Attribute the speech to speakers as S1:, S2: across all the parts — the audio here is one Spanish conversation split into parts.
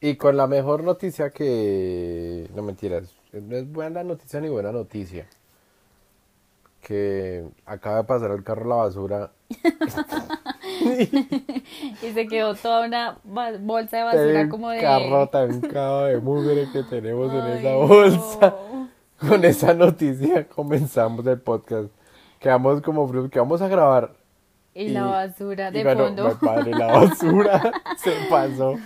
S1: Y con la mejor noticia que... No mentiras, no es buena noticia ni buena noticia. Que acaba de pasar el carro a la basura.
S2: Y se quedó toda una ba- bolsa de basura
S1: El
S2: como de.
S1: carro tancado de mugre que tenemos en
S2: Ay,
S1: esa
S2: no.
S1: bolsa. Con esa noticia comenzamos el podcast. Quedamos como fru- que vamos a grabar.
S2: Y la basura de
S1: y bueno,
S2: fondo.
S1: mi padre, la basura se pasó.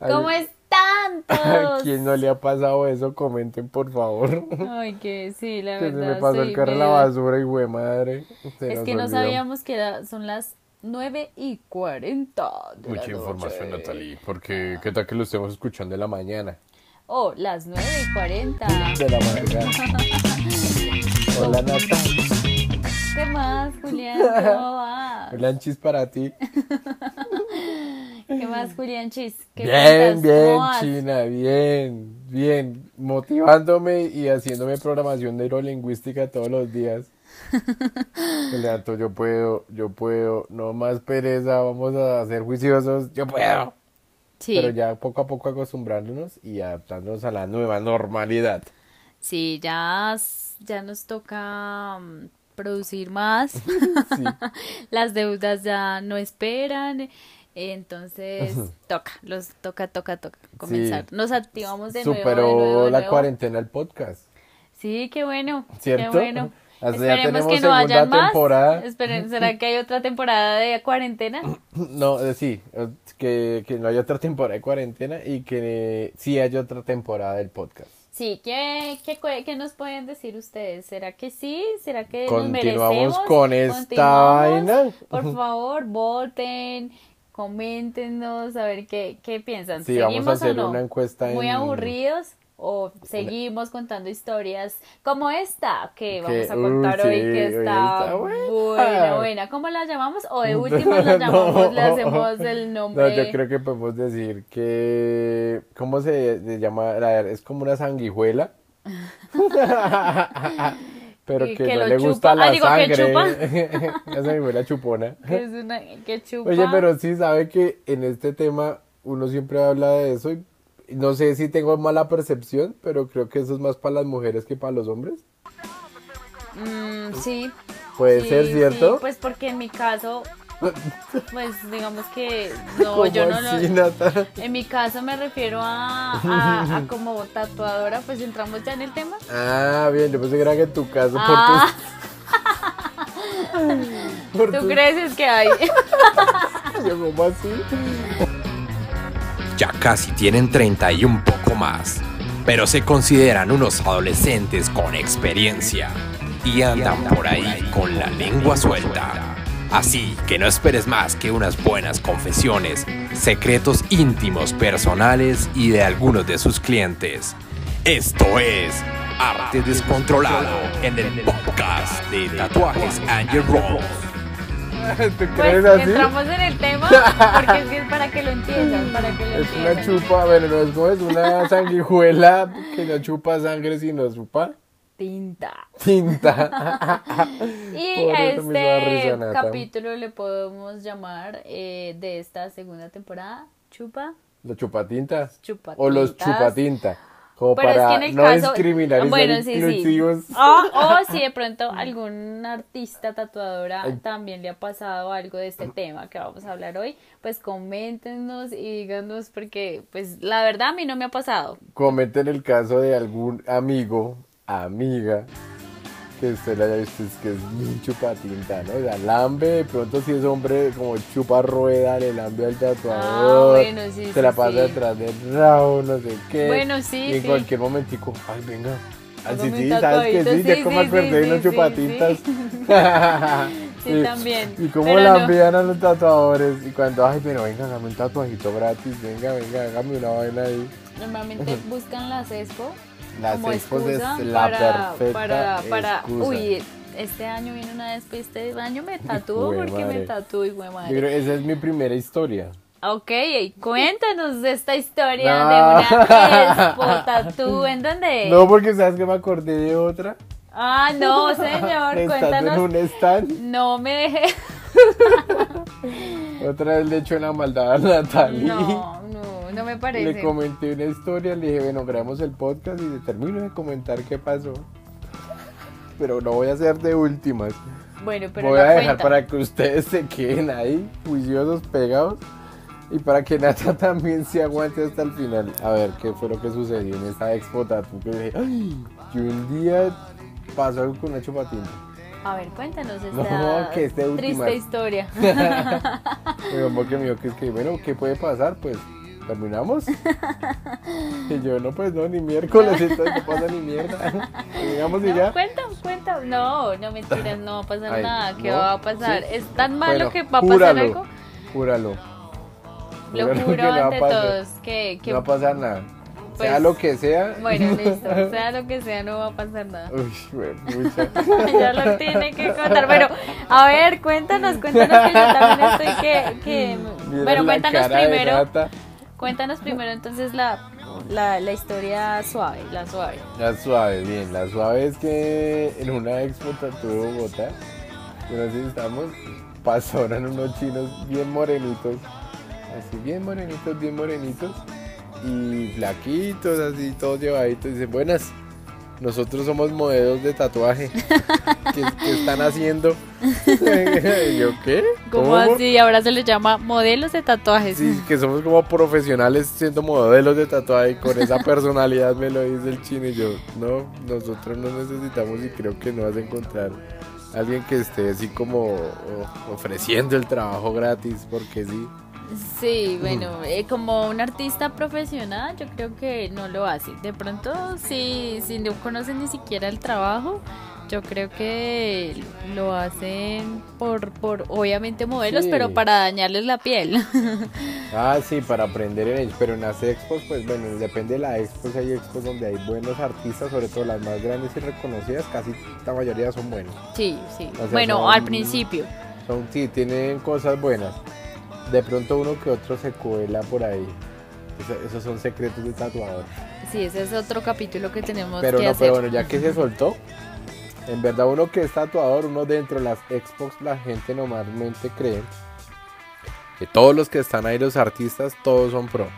S1: Ay,
S2: ¿Cómo están
S1: ¿A
S2: todos?
S1: quién no le ha pasado eso? Comenten, por favor.
S2: Ay, que sí, la
S1: Que se
S2: verdad.
S1: me pasó el
S2: sí,
S1: carro en la
S2: medio-
S1: basura y güey madre. se
S2: Es
S1: nos
S2: que no
S1: olvidó.
S2: sabíamos que era- son las 9 y 40. de la
S1: Mucha
S2: noche.
S1: información, Natalie,
S2: Ah.
S1: porque qué tal que lo estemos escuchando en la mañana.
S2: Oh, las 9 y 40.
S1: De la madrugada. Hola, Natalie.
S2: ¿Qué más, Julián? ¿Cómo vas?
S1: Hola, Anchis, para ti.
S2: ¿Qué más, Julián Chis? ¿Qué
S1: Bien,
S2: cuentas?
S1: bien,
S2: ¿Cómo vas?
S1: China, bien, bien. Motivándome y haciéndome programación neurolingüística todos los días. Me levanto, yo puedo, yo puedo. No más pereza, vamos a ser juiciosos. Yo puedo.
S2: Sí,
S1: Pero ya poco a poco acostumbrándonos y adaptándonos a la nueva normalidad.
S2: sí, ya, s- ya nos toca mm, producir más.
S1: Sí.
S2: Las deudas ya no esperan. eh, Entonces, toca, los toca, toca, toca comenzar. Nos activamos de nuevo, de
S1: Superó
S2: nuevo, de
S1: la
S2: nuevo.
S1: cuarentena el podcast,
S2: Sí, qué bueno, qué
S1: ¿cierto?
S2: bueno.
S1: Así ya tenemos
S2: Esperemos que no
S1: segunda
S2: hayan más.
S1: temporada.
S2: Esperen, ¿será que hay otra temporada de cuarentena?
S1: No, eh, sí, eh, que, que no haya otra temporada de cuarentena y que sí haya otra temporada del podcast.
S2: Sí, ¿qué, qué, cue- qué nos pueden decir ustedes? ¿Será que sí? ¿Será que nos
S1: Continuamos
S2: merecemos?
S1: con esta
S2: ¿Continuamos?
S1: vaina.
S2: Por favor, voten, coméntenos, a ver qué, qué piensan.
S1: Sí, vamos a
S2: ¿Seguimos o
S1: hacer
S2: no?
S1: una encuesta
S2: ¿Muy
S1: en-
S2: aburridos? ¿O seguimos contando historias como esta que vamos
S1: Que,
S2: a
S1: uy,
S2: contar
S1: sí,
S2: hoy que
S1: hoy
S2: está,
S1: está buena.
S2: buena, buena? ¿Cómo la llamamos? ¿O de última la llamamos, le hacemos el
S1: No, yo
S2: nombre?
S1: creo que podemos decir que... ¿Cómo se, se llama? La- Es como una sanguijuela. Pero
S2: Y
S1: que,
S2: que
S1: no
S2: lo
S1: le gusta
S2: chupa.
S1: la
S2: Ah, digo, que
S1: sangre. Una sanguijuela chupona.
S2: Que es una que chupa.
S1: Oye, pero sí sabe que en este tema uno siempre habla de eso y no sé si tengo mala percepción, pero creo que eso es más para las mujeres que para los hombres.
S2: Mm, sí.
S1: Puede
S2: Sí,
S1: ser,
S2: sí,
S1: ¿cierto?
S2: pues porque en mi caso, pues digamos que no,
S1: ¿Cómo
S2: yo no
S1: así,
S2: lo...
S1: Nata?
S2: En mi caso me refiero a, a- a como tatuadora, pues entramos ya en el tema.
S1: Ah, bien, yo pensé que era que en tu caso,
S2: Ah,
S1: por tus... por
S2: ¿tú
S1: tus-
S2: crees que hay?
S1: Yo, ¿cómo así?
S3: ya casi tienen 30 y un poco más, pero se consideran unos adolescentes con experiencia y andan por ahí con la lengua suelta. Así que no esperes más que unas buenas confesiones, secretos íntimos personales y de algunos de sus clientes. Esto es Arte Descontrolado en el podcast de Tatuajes Angel Rolls.
S1: ¿Tú
S2: Pues
S1: crees así?
S2: entramos en el tema porque es que es para que lo entiendan, para que lo
S1: Es una
S2: entiendan.
S1: chupa, bueno, no es como es una sanguijuela que no chupa sangre, sino chupa
S2: Tinta.
S1: tinta.
S2: Y
S1: Por
S2: a
S1: eso me hizo dar
S2: este
S1: risa, Nata.
S2: capítulo le podemos llamar eh, de esta segunda temporada, chupa,
S1: Los chupatintas.
S2: chupatintas.
S1: O los chupatinta. Como
S2: Pero es
S1: para
S2: que en el
S1: no
S2: caso.
S1: discriminar y
S2: bueno,
S1: ser
S2: sí,
S1: inclusivos.
S2: sí. O, o si de pronto algún artista tatuadora
S1: Ay.
S2: también le ha pasado algo de este tema que vamos a hablar hoy, pues coméntenos y díganos, porque, pues, la verdad a mí no me ha pasado.
S1: Comenten el caso de algún amigo, amiga, que usted le haya visto es que es bien chupatinta, ¿no? O sea, lambe, de pronto si es hombre, como chupa rueda, le lambe al tatuador.
S2: Ah, bueno, sí,
S1: se la
S2: sí,
S1: pasa
S2: sí.
S1: detrás del rabo, no sé qué.
S2: Bueno, sí,
S1: Y en
S2: sí.
S1: cualquier momentico, ay, venga. Ay,
S2: Hago
S1: sí,
S2: mi
S1: sí, sabes que sí,
S2: tatuadito,
S1: ya
S2: sí,
S1: como
S2: sí,
S1: acordé
S2: sí,
S1: unos
S2: sí, sí,
S1: chupatintas.
S2: Sí, también,
S1: Y cómo
S2: pero
S1: la
S2: no.
S1: envían a los tatuadores. Y cuando, ay, pero venga, hágame un tatuajito gratis, venga, venga, hágame una vaina ahí.
S2: Normalmente buscan la sesco
S1: La
S2: como
S1: sexpos es
S2: excusa
S1: la
S2: para,
S1: perfecta
S2: para, para,
S1: excusa.
S2: uy, este año viene una vez, este año me tatúo
S1: Jue
S2: porque
S1: madre.
S2: me tatúo y güey,
S1: Yo
S2: madre.
S1: creo que esa es mi primera historia.
S2: Ok, y cuéntanos de esta historia
S1: No.
S2: de una expo tatú, ¿en dónde?
S1: No, porque sabes que me acordé de otra.
S2: Ah, no, señor,
S1: Estando en
S2: cuéntanos.
S1: un stand,
S2: No me dejes.
S1: otra vez le echo una maldad a Natalie.
S2: No, no, no me
S1: Le
S2: parece.
S1: comenté una historia, le dije, bueno, grabamos el podcast y te termino de comentar qué pasó. Pero no voy a hacer de últimas.
S2: Bueno, pero
S1: voy
S2: la
S1: a dejar
S2: cuenta.
S1: para que ustedes se queden ahí, juiciosos, pegados. Y para que Nata también se aguante hasta el final. A ver, ¿qué fue lo que sucedió en esta expo Tatu? Que dije, "Ay, yo un día pasó algo con Nacho Patiño.
S2: A ver, cuéntanos esta
S1: No, que esté última.
S2: triste historia.
S1: Mi mamá que me dijo que es que, bueno, ¿qué puede pasar? Pues, ¿terminamos? Y yo, no, pues no, ni miércoles, entonces no pasa ni mierda. Terminamos y
S2: No,
S1: ya.
S2: cuenta, cuenta. No, no mentiras, no va a pasar
S1: Ay,
S2: nada. ¿Qué
S1: no,
S2: va a pasar?
S1: sí.
S2: Es tan
S1: Bueno,
S2: malo que va a pasar
S1: júralo,
S2: algo.
S1: Júralo.
S2: Lo
S1: Júralo que
S2: juro
S1: no va a
S2: ante
S1: pasar.
S2: todos que, que
S1: No va a pasar nada. sea
S2: Pues,
S1: lo que sea.
S2: bueno, listo, sea lo que sea, no va a pasar nada.
S1: Uy, güey, pucha.
S2: ya lo tiene que contar. Bueno, a ver, cuéntanos, cuéntanos que yo también estoy que, que
S1: Mira
S2: bueno,
S1: la
S2: cuéntanos
S1: cara de
S2: primero,
S1: Nata.
S2: cuéntanos primero entonces la, la, la historia suave, la suave.
S1: La suave, bien. La suave es que en una expo Tatu de Bogotá, yo no sé si estamos, pasaron unos chinos bien morenitos. Así bien morenitos, bien morenitos. Y flaquitos, así todos llevaditos. Dicen, buenas, nosotros somos modelos de tatuaje. ¿Qué, qué están haciendo? Y yo, ¿qué?
S2: ¿Cómo, así? Ahora se les llama modelos de tatuajes.
S1: Sí, que somos como profesionales siendo modelos de tatuaje y con esa personalidad me lo dice el chino y yo, no, nosotros no necesitamos y creo que no vas a encontrar alguien que esté así como o- ofreciendo el trabajo gratis porque sí.
S2: Sí, bueno, eh, como un artista profesional, yo creo que no lo hace. De pronto, si, si no conocen ni siquiera el trabajo, yo creo que lo hacen por, por obviamente modelos,
S1: Sí.
S2: pero para dañarles la piel.
S1: Ah, sí, para aprender en ellos, pero en las expos, pues bueno, depende de la expo, si hay expos donde hay buenos artistas, sobre todo las más grandes y reconocidas, casi la mayoría son buenos.
S2: sí, sí.
S1: O sea,
S2: bueno,
S1: son-
S2: al principio.
S1: Son, sí, tienen cosas buenas. De pronto uno que otro se cuela por ahí. Eso- esos son secretos de tatuador.
S2: Sí, ese es otro capítulo que tenemos
S1: Pero
S2: que
S1: no,
S2: hacer.
S1: pero bueno, ya que se soltó, en verdad uno que es tatuador, uno dentro de las Xbox, la gente normalmente cree que todos los que están ahí, los artistas, todos son pro.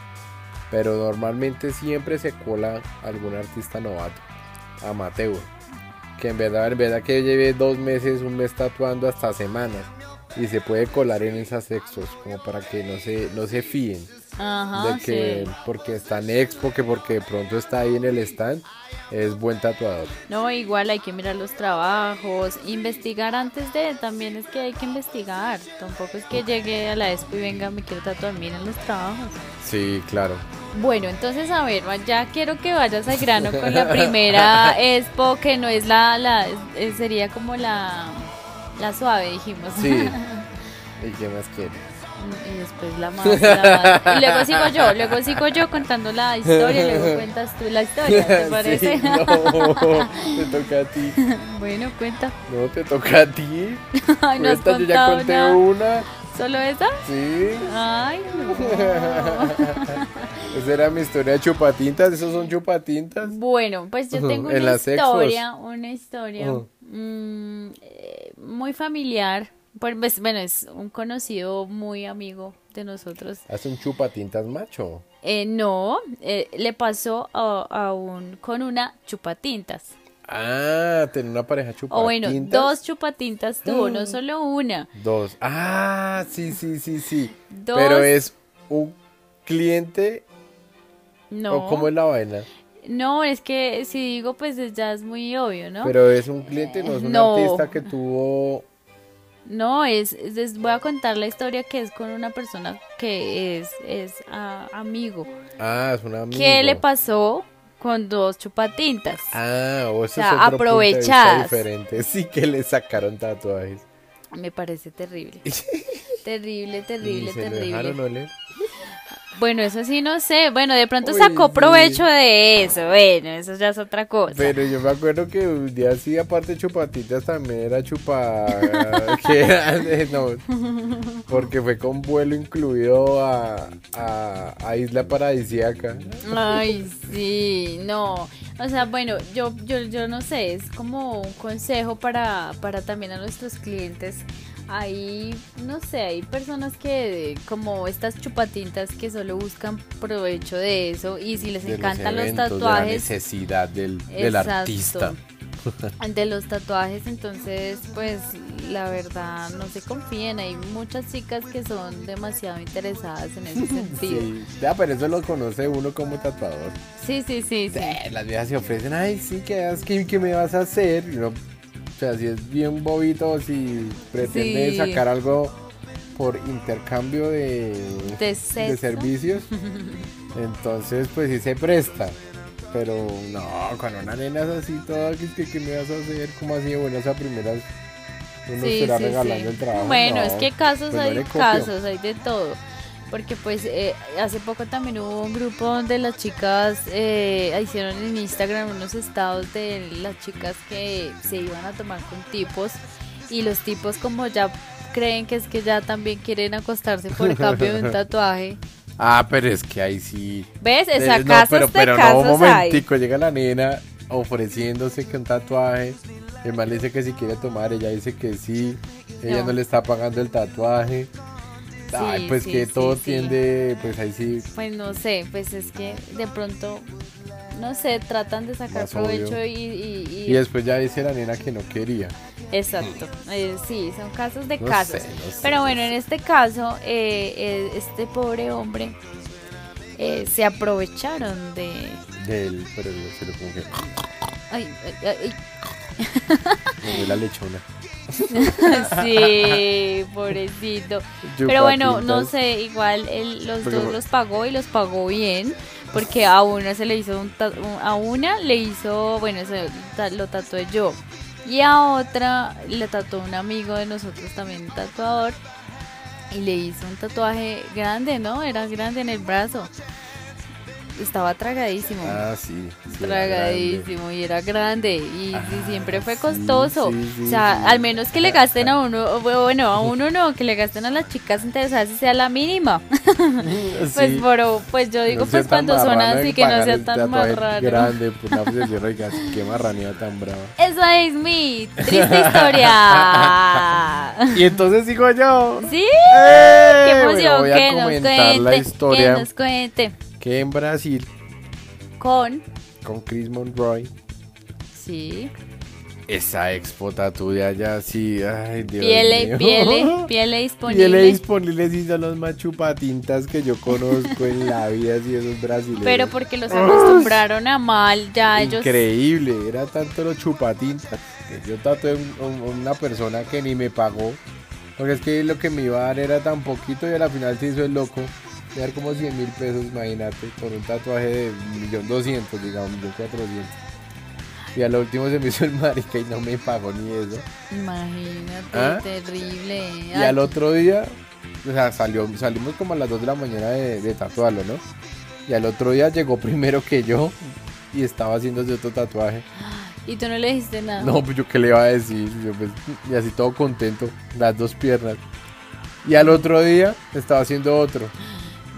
S1: Pero normalmente siempre se cola algún artista novato, amateur. Que en verdad, en verdad que lleve dos meses, un mes tatuando hasta semanas. Y se puede colar en esas Xbox, como para que no se, no se fíen
S2: Ajá,
S1: de que
S2: Ah, sí.
S1: porque está en expo, que porque de pronto está ahí en el stand, es buen tatuador.
S2: No, igual hay que mirar los trabajos, investigar antes de, también es que hay que investigar. Tampoco es que llegue a la expo y venga, me quiero tatuar, miren los trabajos.
S1: Sí, claro.
S2: Bueno, entonces a ver, Juan, ya quiero que vayas al grano con la primera expo, que no es la, la es- sería como la, la suave, dijimos.
S1: Sí. ¿Y qué más quiere?
S2: y después la más, la más. Y luego sigo yo, luego sigo yo contando la historia, y luego cuentas tú la historia, ¿te
S1: Sí,
S2: parece?
S1: no, te toca a ti.
S2: bueno, cuenta.
S1: No, te toca a ti.
S2: Ay, no has
S1: Cuenta, yo ya
S2: contado
S1: conté
S2: nada.
S1: una.
S2: ¿Solo esa?
S1: Sí.
S2: Ay,
S1: Esa era mi historia de chupatintas. Esos son chupatintas.
S2: Bueno, pues yo
S1: Ujú,
S2: tengo
S1: en
S2: una
S1: las Oh. expos.
S2: historia, una historia
S1: Ujú.
S2: mm, eh, muy familiar. Pues, pues, bueno, es un conocido muy amigo de nosotros.
S1: Haz un Ah, chupatintas macho.
S2: Eh, no, eh, le pasó a, a un con una chupatintas.
S1: Ah, tener una pareja
S2: O
S1: chupatintas. Mm.
S2: bueno, dos chupatintas tuvo, no solo una.
S1: Dos. Ah, sí, sí, sí, sí.
S2: Dos.
S1: Pero es un cliente
S2: No,
S1: o cómo es la vaina.
S2: no, es que si digo, pues es- ya es muy obvio, ¿no?
S1: Pero es un cliente, no es un
S2: No.
S1: artista que tuvo.
S2: No, es, es- les voy a contar la historia que es con una persona que es, es ah, amigo.
S1: Ah, es un amigo.
S2: ¿Qué le pasó con dos chupatintas?
S1: Ah, o eso
S2: O sea,
S1: es otro punto de vista
S2: aprovechadas.
S1: diferente. Sí que le sacaron tatuajes.
S2: Me parece terrible. terrible, terrible,
S1: y se lo
S2: terrible.
S1: dejaron oler.
S2: Bueno, eso sí no sé. Bueno, de pronto
S1: Uy,
S2: sacó
S1: sí.
S2: provecho de eso. Bueno, eso ya es otra cosa.
S1: Pero yo me acuerdo que un día sí, aparte de chupatitas, también era chupa. que era de- no, porque fue con vuelo incluido a, a, a Isla Paradisíaca.
S2: Ay, sí, no. O sea, bueno, yo, yo, yo no sé, es como un consejo para, para también a nuestros clientes. Hay, no sé, hay personas que, como estas chupatintas, que solo buscan provecho de eso y si les
S1: de
S2: encantan los,
S1: eventos, De la
S2: tatuajes,
S1: necesidad del, del
S2: Exacto.
S1: artista.
S2: de los tatuajes, entonces, pues la verdad, no se confíen. Hay muchas chicas que son demasiado interesadas en ese sentido.
S1: Sí. Ya, pero eso lo conoce uno como tatuador.
S2: Sí, sí, sí, sí.
S1: Eh, Las viejas se ofrecen, ay, sí, ¿qué, vas- qué, qué me vas a hacer? Y uno, o sea, si es bien bobito, o si pretende
S2: Sí.
S1: sacar algo por intercambio de,
S2: De
S1: de
S2: sexo.
S1: servicios, entonces pues sí se presta. Pero no, cuando una nena es así, toda que, que, que me vas a hacer, como así de buenas a primeras, uno
S2: Sí,
S1: será
S2: sí,
S1: regalando
S2: sí.
S1: el trabajo.
S2: Bueno,
S1: no,
S2: es que casos
S1: pues no
S2: hay
S1: le copio.
S2: casos, hay de todo. Porque pues eh, hace poco también hubo un grupo donde las chicas eh, hicieron en Instagram unos estados de las chicas que se iban a tomar con tipos y los tipos como ya creen que es que ya también quieren acostarse por cambio de un tatuaje.
S1: Ah, pero es que ahí sí.
S2: ¿Ves?
S1: Eh,
S2: Esa
S1: no,
S2: casos
S1: pero,
S2: de
S1: pero
S2: casos
S1: no, un
S2: hay.
S1: momentico, llega la nena ofreciéndose que un tatuaje, el man le dice que si quiere tomar, ella dice que sí, ella no,
S2: No.
S1: le está pagando el tatuaje. Ay,
S2: Sí,
S1: pues
S2: sí,
S1: que
S2: sí,
S1: todo
S2: sí.
S1: tiende, pues ahí sí,
S2: Pues no sé, pues es que de pronto, no sé, tratan de sacar
S1: Más
S2: provecho
S1: obvio.
S2: y, y- y-
S1: y después ya dice la nena que no quería.
S2: Exacto, eh, sí, son casos de
S1: No
S2: casos.
S1: sé, no sé,
S2: Pero
S1: no
S2: bueno,
S1: sé.
S2: en este caso, eh, eh, este pobre hombre eh, se aprovecharon de...
S1: Del, pero yo se lo como que,
S2: Ay, ay, ay,
S1: como la lechona.
S2: ay, sí, pobrecito. Pero bueno, no
S1: Yupaquitas.
S2: sé, igual él los
S1: Porque
S2: dos
S1: fue-
S2: los pagó y los pagó bien, porque a una se le hizo un ta- un- a una le hizo, bueno, se ta- lo tatué yo. Y a otra le tatuó un amigo de nosotros también, un tatuador, y le hizo un tatuaje grande, ¿no? Era grande en el brazo. Estaba tragadísimo.
S1: Ah, sí. sí, era grande.
S2: Tragadísimo y era grande y, y
S1: Ah,
S2: siempre fue
S1: sí,
S2: costoso.
S1: sí, sí,
S2: o sea,
S1: sí.
S2: al menos que le gasten a uno, o bueno, a uno no, que le gasten a las chicas interesadas y sea la mínima. Pues,
S1: Sí.
S2: pero, pues yo digo,
S1: No sea
S2: pues
S1: tan
S2: cuando son
S1: marrano
S2: así
S1: en
S2: que no
S1: pagar
S2: sea
S1: el
S2: tan
S1: tatuaje
S2: marrano.
S1: Grande, pues, por una obsesión, oiga, qué marranía tan brava.
S2: Esa es mi triste historia.
S1: Y entonces sigo yo.
S2: ¿Sí?
S1: ¡Eh!
S2: ¡Qué
S1: Bueno,
S2: emoción!
S1: voy a
S2: que nos
S1: comentar
S2: cuente,
S1: la historia
S2: que nos cuente
S1: que en Brasil,
S2: con...
S1: con Chris Monroy,
S2: Sí,
S1: esa expo tatu de allá, sí, ay, Dios
S2: piele,
S1: mío.
S2: piele, piele disponible.
S1: Piele disponible, sí, son los machupatintas que yo conozco en la vida, sí, esos brasileños.
S2: Pero porque los acostumbraron a mal, ya ellos
S1: Increíble, era tanto los chupatintas. que Yo tatué un- un- una persona que ni me pagó. Porque es que lo que me iba a dar era tan poquito y a la final se hizo el loco. Me dar como 100 mil pesos, imagínate, por un tatuaje de 1.200.000, digamos, 1.400.000. Y a lo último se me hizo el marica y no me pagó ni eso.
S2: Imagínate,
S1: ¿Ah?
S2: terrible.
S1: Y
S2: Ay,
S1: al otro día, o sea, salió, salimos como a las 2 de la mañana de, de tatuarlo, ¿no? Y al otro día llegó primero que yo y estaba haciéndose otro tatuaje.
S2: Y tú no le dijiste nada.
S1: No, pues yo qué le iba a decir. Yo, pues, y así todo contento, las dos piernas. Y al otro día estaba haciendo otro.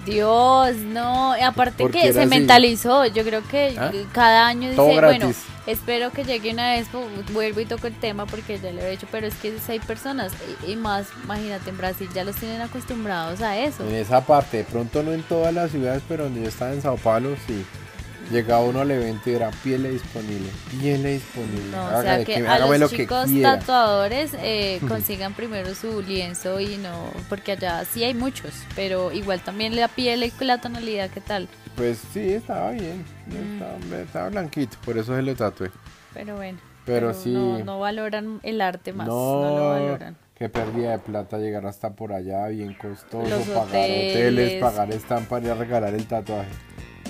S2: Dios, no. y Aparte
S1: Porque
S2: que
S1: era
S2: se
S1: así.
S2: mentalizó. Yo creo que
S1: ¿Ah?
S2: cada año dice,
S1: Todo
S2: bueno,
S1: gratis.
S2: espero que llegue una vez, vuelvo y toco el tema porque ya lo he hecho, pero es que si hay personas y, y más, imagínate, en Brasil ya los tienen acostumbrados a eso.
S1: En esa parte, de pronto no en todas las ciudades, pero donde yo estaba en Sao Paulo, sí. Llegaba uno al evento y era piel disponible. Piel disponible.
S2: No, o sea
S1: Hágale,
S2: que
S1: Ah, que me-
S2: a
S1: hágame lo
S2: los
S1: que
S2: chicos
S1: quiera.
S2: tatuadores eh, consigan primero su lienzo y no, porque allá sí hay muchos, pero igual también la piel y la tonalidad, ¿qué tal?
S1: Pues sí, estaba bien.
S2: Mm.
S1: Estaba, estaba blanquito, por eso se lo tatué.
S2: Pero bueno.
S1: Pero sí.
S2: No, no valoran el arte más. No,
S1: No,
S2: lo valoran.
S1: qué pérdida de plata llegar hasta por allá, bien costoso,
S2: Los
S1: pagar hoteles,
S2: hoteles.
S1: pagar estampa y regalar el tatuaje.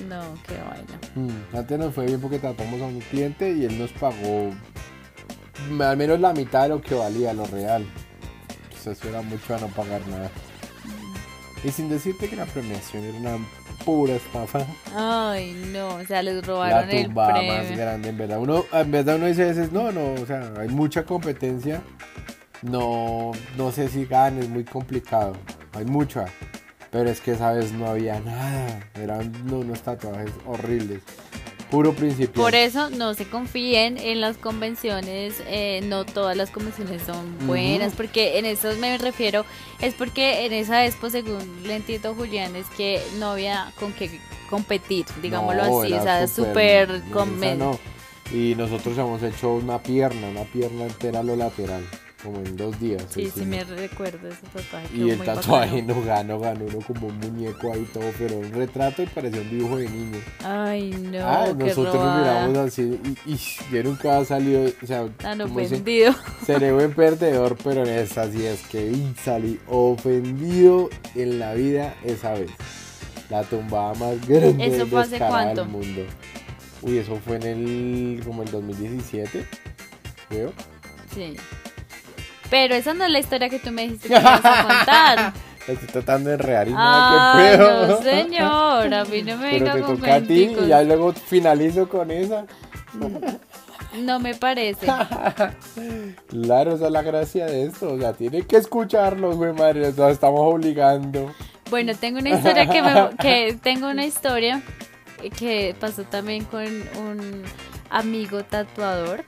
S2: No, qué vaina.
S1: Mm, Antes nos fue bien porque tratamos a un cliente y él nos pagó mm, al menos la mitad de lo que valía, lo real. Pues eso era mucho a no pagar nada. Y sin decirte que la premiación era una pura estafa.
S2: Ay, no. O sea, les
S1: La
S2: robaron el
S1: tumba más
S2: premio.
S1: grande, en verdad. Uno, en verdad uno dice a veces, no, no, o sea, hay mucha competencia. No, no sé si ganan, es muy complicado. Hay mucha. Pero es que esa vez no había nada. Eran unos tatuajes horribles. Puro principio.
S2: Por eso no se confíen en las convenciones, eh, no todas las convenciones son buenas,
S1: Ujú.
S2: porque en eso me refiero, es porque en esa expo, según Lentito Julián, es que no había con qué competir, digámoslo así, o sea, súper conven-
S1: conveniente. Y nosotros hemos hecho una pierna, una pierna entera a lo lateral, como en dos días.
S2: Sí, sí,
S1: hicimos.
S2: me recuerdo ese tatuaje.
S1: Y
S2: quedó
S1: el
S2: muy
S1: tatuaje
S2: bacano.
S1: no ganó, ganó uno como un muñeco ahí todo, pero un retrato y parecía un dibujo de niño.
S2: Ay, no.
S1: ah,
S2: qué
S1: nosotros nos
S2: robada. Ah,
S1: miramos así y, y yo nunca ha salido, o sea,
S2: Tan
S1: como ese-
S2: ofendido.
S1: seré buen perdedor, pero en esta sí es que y salí ofendido en la vida esa vez. La tumbada más grande
S2: ¿Eso fue hace
S1: descarada del
S2: cuánto?
S1: mundo. Uy, eso fue en el como el 2017, creo.
S2: Sí. Pero esa no es la historia que tú me dijiste que me ibas a contar.
S1: Estoy tratando de enredar y nada que
S2: Ay,
S1: puedo.
S2: Ah, no, señor. A mí no me
S1: Pero
S2: venga
S1: te
S2: con
S1: toca a ti y
S2: cuenticos.
S1: ya luego finalizo con esa.
S2: No me parece.
S1: Claro, esa es la gracia de esto. O sea, tienen que escucharlos, güey, madre. Nos estamos obligando.
S2: Bueno, tengo una historia que me- que tengo una historia que pasó también con un amigo tatuador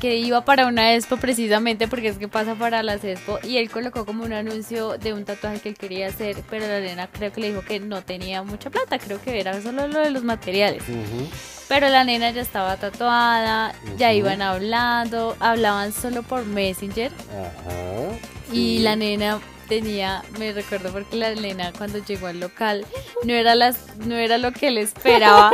S2: que iba para una expo precisamente porque es que pasa para las expo y él colocó como un anuncio de un tatuaje que él quería hacer, pero la nena creo que le dijo que no tenía mucha plata, creo que era solo lo de los materiales. Pero la nena ya estaba tatuada, ya
S1: Ujú.
S2: iban hablando, hablaban solo por Messenger
S1: Ajá.
S2: y la nena tenía, me recuerdo porque la nena cuando llegó al local no era las, no era lo que él esperaba,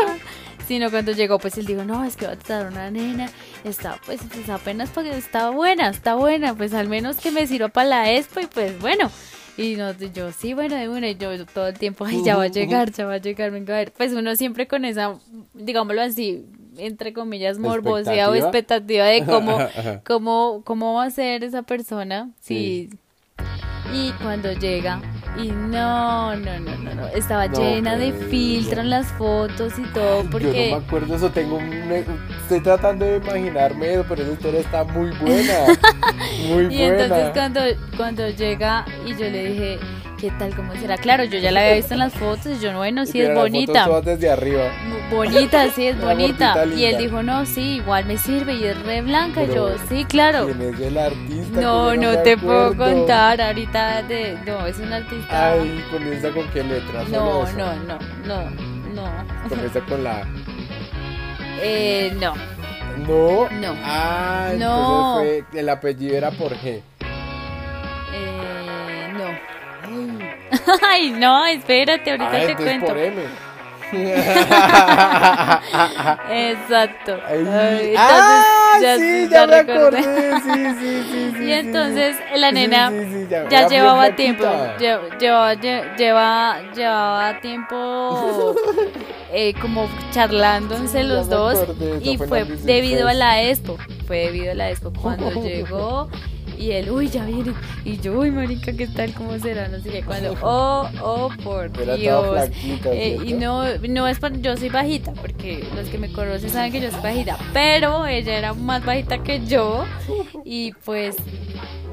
S2: sino cuando llegó pues él dijo, no, es que va a tratar una nena, está pues, pues apenas porque está buena, está buena, pues al menos que me sirva para la expo y pues bueno. Y no, yo sí, bueno, de una, y yo todo el tiempo, ay, ya va a llegar, ya va a llegar, venga a ver. Pues uno siempre con esa, digámoslo así, entre comillas, morbosidad o expectativa de cómo, ¿Cómo, ¿Cómo va a ser esa persona? Sí. Y cuando llega, y no, no, no, no, no. Estaba
S1: No,
S2: llena de
S1: pero-
S2: filtros en las fotos y todo,
S1: Yo
S2: porque
S1: no me acuerdo eso, tengo un... Estoy tratando de imaginarme eso, pero esa historia está muy buena. muy buena.
S2: Y entonces cuando, cuando llega y yo le dije, ¿qué tal? ¿Cómo será? Claro, yo ya la había visto en las fotos y yo, bueno, sí es
S1: Mira, las fotos
S2: bonita.
S1: todas desde arriba.
S2: Bu- Bonita, sí, es
S1: Una gordita
S2: bonita. Y él
S1: linda.
S2: dijo, no, sí, igual me sirve y es re blanca. Y
S1: Pero-
S2: yo, sí, claro.
S1: ¿Quién es el artista?
S2: No,
S1: Que yo
S2: no
S1: me
S2: te puedo
S1: acuerdo.
S2: contar ahorita de... No, es un artista...
S1: Ay, comienza con qué letra. Solo
S2: No,
S1: eso.
S2: no, no, no, no.
S1: Comienza con la...
S2: Eh, no.
S1: No.
S2: No.
S1: Ah,
S2: No.
S1: entonces fue... El apellido era por G.
S2: Eh, no.
S1: Ay.
S2: Ay, no, espérate, ahorita
S1: Ah,
S2: te
S1: entonces
S2: cuento.
S1: por M.
S2: Exacto. Ay,
S1: Ay,
S2: entonces,
S1: ah,
S2: ya-
S1: sí, ya,
S2: ya
S1: me
S2: recordé.
S1: acordé. Sí, sí, sí, sí.
S2: Y entonces la
S1: Sí,
S2: nena
S1: sí, sí, ya,
S2: ya
S1: era bien
S2: llevaba
S1: flaquita.
S2: tiempo, lle- llevaba, lle- lleva- llevaba tiempo eh, como charlándose
S1: Sí, ya
S2: los
S1: me
S2: dos
S1: acordé, ya
S2: y
S1: fue en
S2: fue
S1: la Music
S2: debido a
S1: Fest.
S2: la expo, fue debido a la expo cuando llegó y él, uy, ya viene, y yo, uy, marica, ¿qué tal? ¿Cómo será? No sé qué, cuando, oh, oh, por
S1: Era toda
S2: Dios.
S1: flaquita.
S2: Eh, y
S1: ¿cierto?
S2: no, no es para, yo soy bajita, porque los que me conocen saben que yo soy bajita, pero ella era más bajita que yo y pues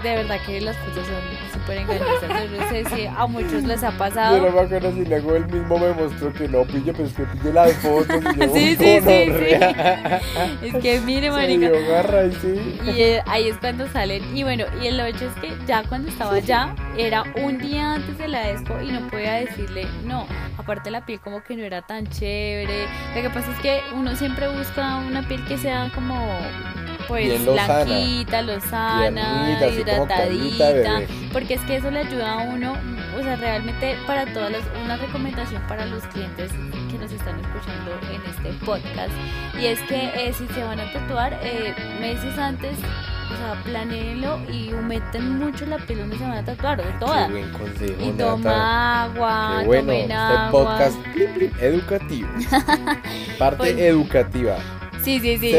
S2: de verdad que las fotos son súper engañosas. Yo no sé si a muchos les ha
S1: Yo no
S2: pasado.
S1: me acuerdo si luego él mismo me mostró que no pille, pero es que pille las fotos. Y yo,
S2: Sí, sí, sí, sí. Es que mire,
S1: Se
S2: marica.
S1: dio garra y sí.
S2: Y eh, ahí es cuando salen. Y bueno, y el hecho es que ya cuando estaba allá, era un día antes de la expo y no podía decirle no. Aparte, la piel como que no era tan chévere. Lo que pasa es que uno siempre busca una piel que sea como, pues,
S1: Bien lozana.
S2: blanquita, lozana,
S1: Tiernita, así como carnita,
S2: hidratadita.
S1: bebé.
S2: Porque es que eso le ayuda a uno, o sea, realmente para todas las, una recomendación para los clientes que nos están escuchando en este podcast. Y es que eh, si se van a tatuar eh, meses antes, o sea, planeenlo y humecten mucho la piel donde se van a tatuar, de toda.
S1: Qué buen consejo,
S2: Y
S1: Nata.
S2: toma agua,
S1: Qué bueno,
S2: tomen
S1: este
S2: agua.
S1: podcast plim, plim, educativo. Parte
S2: Pues-
S1: educativa.
S2: Sí, sí, sí. sí.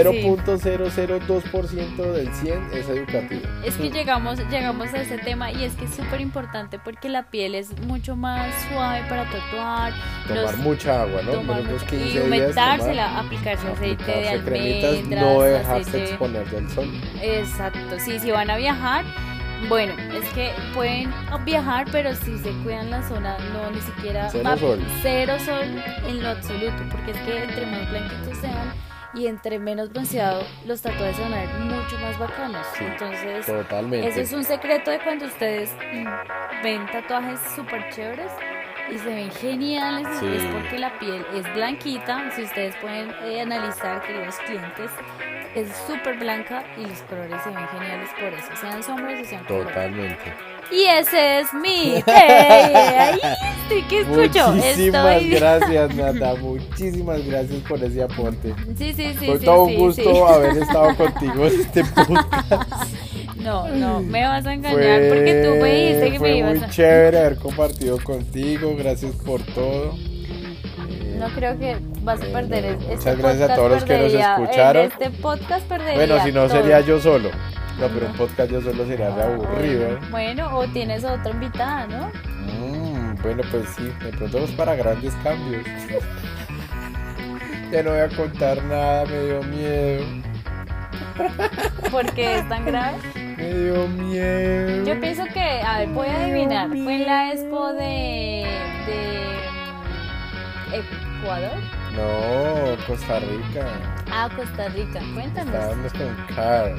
S1: 0.002% del 100 es educativo.
S2: Es que llegamos, llegamos a ese tema y es que es súper importante porque la piel es mucho más suave para tatuar.
S1: Tomar
S2: los-
S1: mucha agua, ¿no?
S2: tomar
S1: Menos
S2: mucho-
S1: 15
S2: y
S1: días,
S2: humectársela,
S1: tomar,
S2: aplicarse aceite de
S1: aplicarse
S2: almendras,
S1: cremitas, no dejarse
S2: aceite-
S1: exponer del sol.
S2: Exacto, sí, si van a viajar, Bueno, es que pueden viajar, pero si se cuidan la zona, no ni siquiera
S1: Cero
S2: papi,
S1: sol.
S2: cero sol en lo absoluto, porque es que entre más blanquitos sean y entre menos bronceado, los tatuajes se van a ver mucho más bacanos.
S1: Sí,
S2: Entonces,
S1: Totalmente.
S2: ese es un secreto de cuando ustedes mm, ven tatuajes súper chéveres y se ven geniales,
S1: Sí.
S2: es porque la piel es blanquita. Si ustedes pueden eh, analizar, queridos clientes, es súper blanca y los colores se ven geniales por eso, sean sombras o sean colores.
S1: Totalmente.
S2: Y ese es mi té. Ahí estoy que escucho.
S1: Muchísimas
S2: estoy...
S1: gracias, Nata. Muchísimas gracias por ese aporte.
S2: Sí, sí, sí.
S1: Fue
S2: sí,
S1: todo
S2: sí,
S1: un gusto
S2: sí.
S1: haber estado contigo en este podcast.
S2: No, no, me vas a engañar
S1: Fue,
S2: porque tú me dijiste que
S1: fue
S2: me
S1: muy
S2: ibas a.
S1: chévere haber compartido contigo. Gracias por todo. Eh,
S2: No creo que vas a perder
S1: Eh,
S2: es- este
S1: muchas gracias a
S2: podcast
S1: todos los que nos
S2: perdería- en
S1: escucharon.
S2: Este podcast perdería.
S1: bueno, si no
S2: todo.
S1: sería yo solo. No, pero un podcast yo solo sería re
S2: Ah,
S1: aburrido. ¿eh?
S2: Bueno, Bueno, o tienes otra invitada, ¿no?
S1: Mm, bueno, pues sí, de pronto vamos para grandes cambios. ya no voy a contar nada, me dio miedo.
S2: Porque es tan grave.
S1: Me dio miedo.
S2: Yo pienso que, a ver, voy a adivinar. Fue en la expo de. de. Ecuador.
S1: No, Costa Rica.
S2: Ah, Costa Rica. Cuéntanos.
S1: Estábamos con Carl,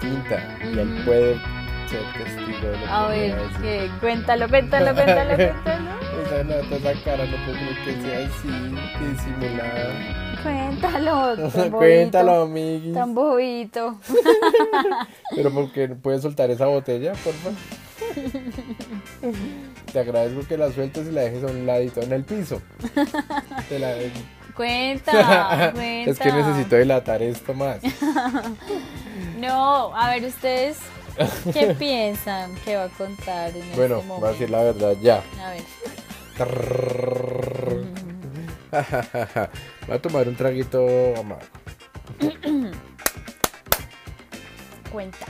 S1: Tinta, y él
S2: Ujú.
S1: puede ser testigo de lo que
S2: A
S1: voy
S2: ver,
S1: decir.
S2: que cuéntalo, cuéntalo, cuéntalo, cuéntalo.
S1: Esa nota, esa cara, no puedo creer que sea así, que disimulada.
S2: Cuéntalo. tan bobito,
S1: Cuéntalo, amiguis.
S2: Tan bobito.
S1: Pero porque puedes soltar esa botella, porfa. Te agradezco que la sueltes y la dejes a un ladito en el piso. Te la dejo.
S2: Cuenta, cuenta.
S1: es que necesito dilatar esto más.
S2: este No, a ver, ustedes, ¿qué piensan que va a contar en
S1: Bueno, voy
S2: este momento?
S1: a decir la verdad ya.
S2: A ver,
S1: Voy a tomar un traguito amargo.
S2: cuenta.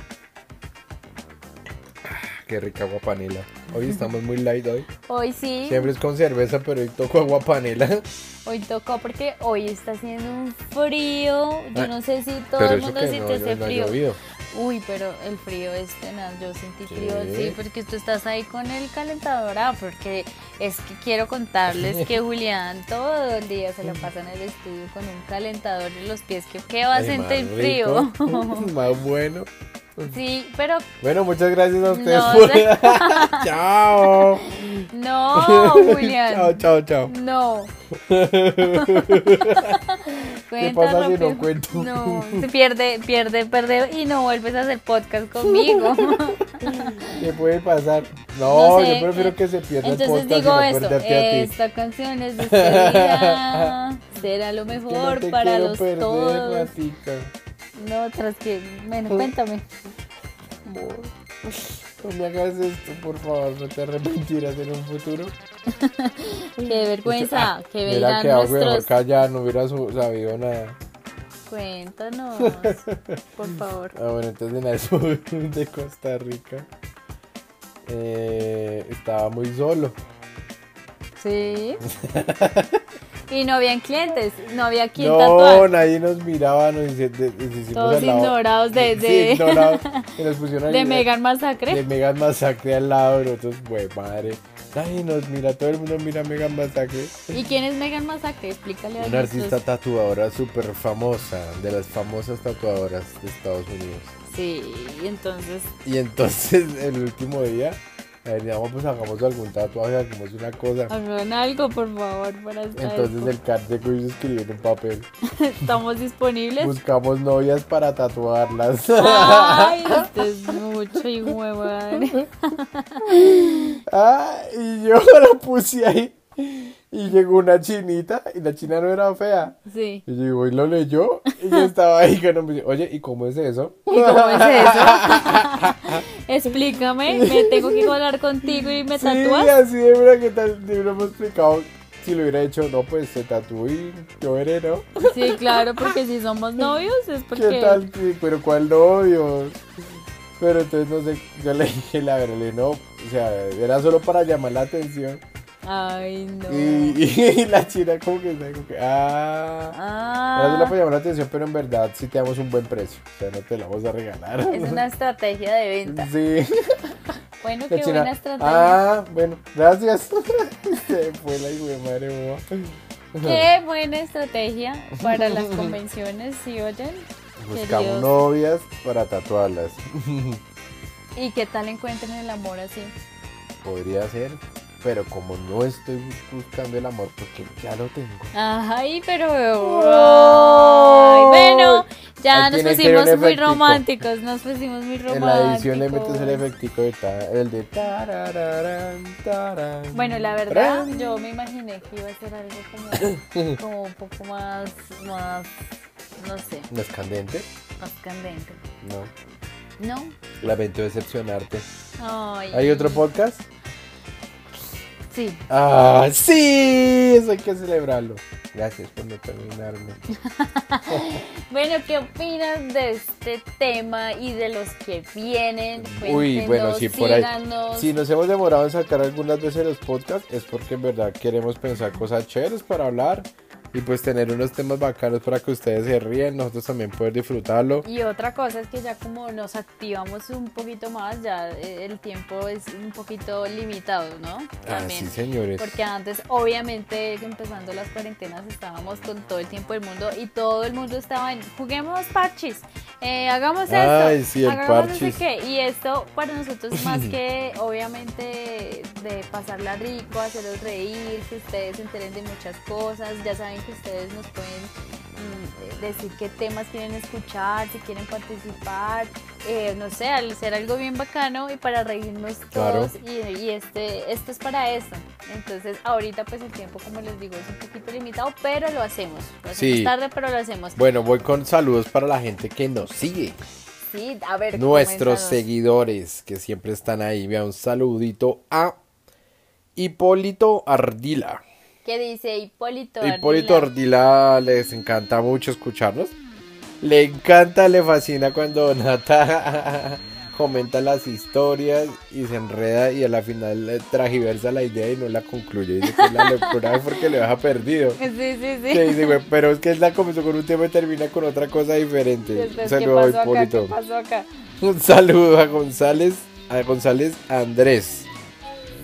S1: Ah, Qué rica agua panela. Hoy estamos muy light hoy.
S2: Hoy sí,
S1: Siempre es con cerveza, pero hoy toco agua panela.
S2: hoy tocó porque hoy está haciendo un frío. Yo
S1: Ah,
S2: no sé si todo
S1: pero
S2: el
S1: eso
S2: mundo
S1: que
S2: siente
S1: no,
S2: ese
S1: no ha
S2: frío.
S1: llovido.
S2: Uy, pero el frío es tenaz. Yo sentí
S1: Sí.
S2: frío, sí, porque tú estás ahí con el calentador. Ah, porque es que quiero contarles que Julián todo el día se la pasa en el estudio con un calentador en los pies. que ¿Qué va a
S1: Ay, más
S2: sentir frío?
S1: rico, Más bueno.
S2: Sí, pero
S1: Bueno, muchas gracias a ustedes
S2: No
S1: por.
S2: sé.
S1: chao.
S2: no, Julián.
S1: chao, chao, chao.
S2: No.
S1: ¿Qué pasa si
S2: Cuéntalo,
S1: no
S2: pe-
S1: cuento?
S2: No, se pierde, pierde, pierde y no vuelves a hacer podcast conmigo.
S1: ¿Qué puede pasar? No,
S2: No sé,
S1: yo prefiero
S2: eh,
S1: que se pierda el
S2: Entonces
S1: podcast y
S2: digo
S1: no
S2: eso,
S1: perderte a ti.
S2: esta canción es despedida. Será lo
S1: Que no
S2: mejor
S1: te
S2: para
S1: quiero
S2: los
S1: perder,
S2: todos.
S1: ratica.
S2: No, tras que, bueno, cuéntame.
S1: Amor, No me hagas esto, por favor, no te arrepentirás en un futuro.
S2: Qué vergüenza, que
S1: Ah, Mira
S2: vengan
S1: que algo mejor
S2: nuestros.
S1: callar, no hubiera su- sabido nada.
S2: Cuéntanos, por favor.
S1: Ah, bueno, entonces en el sur de Costa Rica eh, estaba muy solo.
S2: Sí. y no habían clientes, no había quien
S1: no,
S2: tatuar.
S1: nadie nos miraba, nos, hici- de- nos hicimos
S2: Todos
S1: al lado.
S2: ignorados de-
S1: Sí,
S2: de-
S1: ignorados. Que nos pusieron
S2: De
S1: ahí-
S2: Megan Masacre.
S1: De Megan Masacre al lado, nosotros, güey, madre. Nadie nos mira, todo el mundo mira a Megan Masacre.
S2: ¿Y quién es Megan Masacre? Explícale a
S1: Una
S2: nuestros-
S1: artista tatuadora súper famosa, de las famosas tatuadoras de Estados Unidos.
S2: Sí, y entonces.
S1: Y entonces, el último día, a ver, digamos, pues hagamos algún tatuaje, hagamos una cosa.
S2: Hagan algo, por favor, para saber
S1: Entonces el cat de Quiz escribió en un papel.
S2: estamos disponibles.
S1: Buscamos novias para tatuarlas.
S2: Ay, esto es mucho y huevón.
S1: Ah, y yo la puse ahí. Y llegó una chinita y la china no era fea.
S2: Sí.
S1: Y llegó y lo leyó y yo estaba ahí con un Oye, ¿y cómo es eso?
S2: ¿Y cómo es eso? Explícame, me tengo que hablar contigo y me
S1: Sí,
S2: tatúas.
S1: así de verdad que tal, te hubiéramos explicado. Si lo hubiera hecho, no, pues se tatuó y yo veré, ¿no?
S2: Sí, claro, porque si somos novios es porque.
S1: ¿Qué tal? Sí, Pero ¿cuál novio? Pero entonces no sé, yo le dije la verdad, le dije, no, o sea, era solo para llamar la atención.
S2: Ay, no.
S1: Y, y la china como que está como que, ah. Nosotros le
S2: Ah,
S1: llamar la atención, pero en verdad sí te damos un buen precio. O sea, no te la vamos a regalar.
S2: es una estrategia de venta.
S1: Sí.
S2: Bueno,
S1: La
S2: qué
S1: china,
S2: buena estrategia.
S1: Ah, bueno, gracias. Se fue la hijo de madre boba.
S2: Qué buena estrategia para las convenciones, si oyen?
S1: Buscamos
S2: Queridos.
S1: novias para tatuarlas.
S2: ¿Y qué tal encuentren el amor así?
S1: Podría ser, pero como no estoy buscando el amor porque ya lo tengo.
S2: Ay, pero... Ay, bueno, ya
S1: Ahí
S2: nos
S1: tiene que haber un
S2: pusimos muy
S1: efectico.
S2: románticos, nos pusimos muy
S1: En la
S2: románticos.
S1: edición le metes el efectico de ta- el de tarararán, tarán.
S2: Bueno, la verdad,
S1: Tarán.
S2: yo me imaginé que iba a ser algo como, como un poco más, más, no sé,
S1: ¿No es candente?
S2: más candente.
S1: No.
S2: ¿No?
S1: Lamento decepcionarte.
S2: Ay,
S1: ¿Hay otro podcast?
S2: Sí.
S1: ¡Ah, sí! Eso hay que celebrarlo. Gracias por no terminarme.
S2: Bueno, ¿qué opinas de este tema y de los que vienen?
S1: Uy, bueno,
S2: Cuéntenos,
S1: sí, por ahí.
S2: síganos.
S1: Si nos hemos demorado en sacar algunas veces los podcasts, es porque en verdad queremos pensar cosas chéveres para hablar y pues tener unos temas bacanos para que ustedes se ríen, nosotros también poder disfrutarlo.
S2: Y otra cosa es que ya como nos activamos un poquito más, ya eh, el tiempo es un poquito limitado, ¿no?
S1: Ah,
S2: También.
S1: sí, señores.
S2: Porque antes, obviamente, empezando las cuarentenas, estábamos con todo el tiempo del mundo y todo el mundo estaba en juguemos parches, eh, hagamos
S1: Ay,
S2: esto,
S1: sí, el
S2: hagamos no
S1: parchis.
S2: sé qué. Y esto para nosotros, más que obviamente de pasarla rico, hacerlos reír, que ustedes se enteren de muchas cosas. Ya saben que ustedes nos pueden mm, decir qué temas quieren escuchar, si quieren participar, eh, no sé, al ser algo bien bacano y para reírnos
S1: Claro.
S2: todos y, y este, esto es para eso. Entonces ahorita pues el tiempo como les digo es un poquito limitado, pero lo hacemos. Lo hacemos
S1: Sí.
S2: tarde, pero lo hacemos.
S1: Bueno, voy con saludos para la gente que nos sigue.
S2: sí, a ver.
S1: Nuestros
S2: coméntanos.
S1: seguidores que siempre están ahí. Vea, un saludito a Hipólito Ardila.
S2: ¿Qué dice Hipólito?
S1: Hipólito
S2: Ardila?
S1: Ordila les encanta mucho escucharnos. Le encanta, le fascina cuando Nata comenta las historias y se enreda y a la final eh, tragiversa la idea y no la concluye. Dice que es la locura porque le deja perdido.
S2: Sí, sí, sí.
S1: Que dice, "Güey, pero es que él la comenzó con un tema y termina con otra cosa diferente.
S2: Después, ¿qué
S1: Saludos,
S2: pasó acá?
S1: Hipólito.
S2: ¿Qué pasó acá?
S1: Un saludo a González, a González Andrés.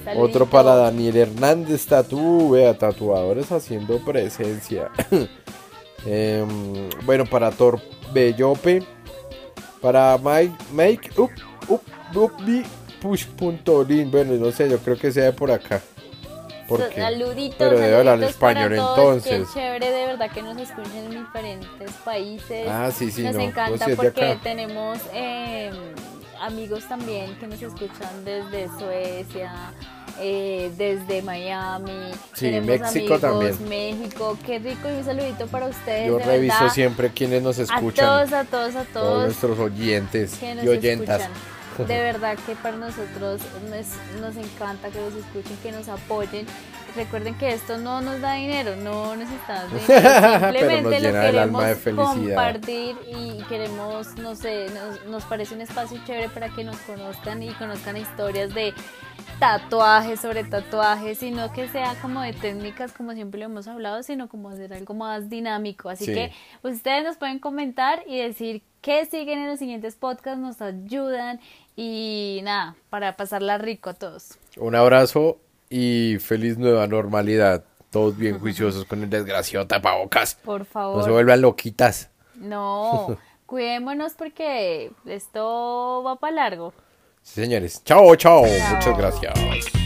S1: Otro
S2: Saludito.
S1: para Daniel Hernández Tatu, vea, tatuadores haciendo presencia. Em, bueno, para Thor Bellope, para Mike, Mike, up, up, up, mi, push, punto, lin. Bueno, no sé, yo creo que sea de por acá. Porque
S2: Saluditos,
S1: Pero debe hablar
S2: saluditos
S1: español,
S2: para todos.
S1: entonces.
S2: Qué chévere de verdad que nos escuchen en diferentes países.
S1: Ah, sí, sí,
S2: nos
S1: no, no
S2: encanta
S1: sé, de
S2: porque
S1: acá.
S2: tenemos eh, amigos también que nos escuchan desde Suecia. eh, desde Miami,
S1: Sí,
S2: tenemos
S1: México
S2: amigos,
S1: también.
S2: México, qué rico y un saludito para ustedes.
S1: yo
S2: de
S1: reviso
S2: verdad.
S1: siempre quienes nos escuchan.
S2: A todos, a todos, a
S1: todos
S2: todos
S1: nuestros oyentes
S2: que nos
S1: y oyentas.
S2: escuchan. De verdad que para nosotros nos, nos encanta que nos escuchen, que nos apoyen. Recuerden que esto no nos da dinero, no necesitamos dinero,
S1: Pero
S2: simplemente
S1: nos
S2: lo
S1: llena el alma de
S2: queremos
S1: felicidad.
S2: compartir y queremos, no sé, nos, nos parece un espacio chévere para que nos conozcan y conozcan historias de tatuajes sobre tatuajes, sino que sea como de técnicas, como siempre lo hemos hablado, sino como hacer algo más dinámico. Así
S1: Sí.
S2: que Ustedes nos pueden comentar y decir qué siguen en los siguientes podcasts, nos ayudan y nada, para pasarla rico a todos.
S1: Un abrazo y feliz nueva normalidad. Todos bien juiciosos con el desgraciado tapabocas.
S2: Por
S1: No se
S2: favor.
S1: vuelvan loquitas.
S2: No, cuidémonos porque esto va para largo.
S1: Sí, señores. Chao, chao. Muchas gracias.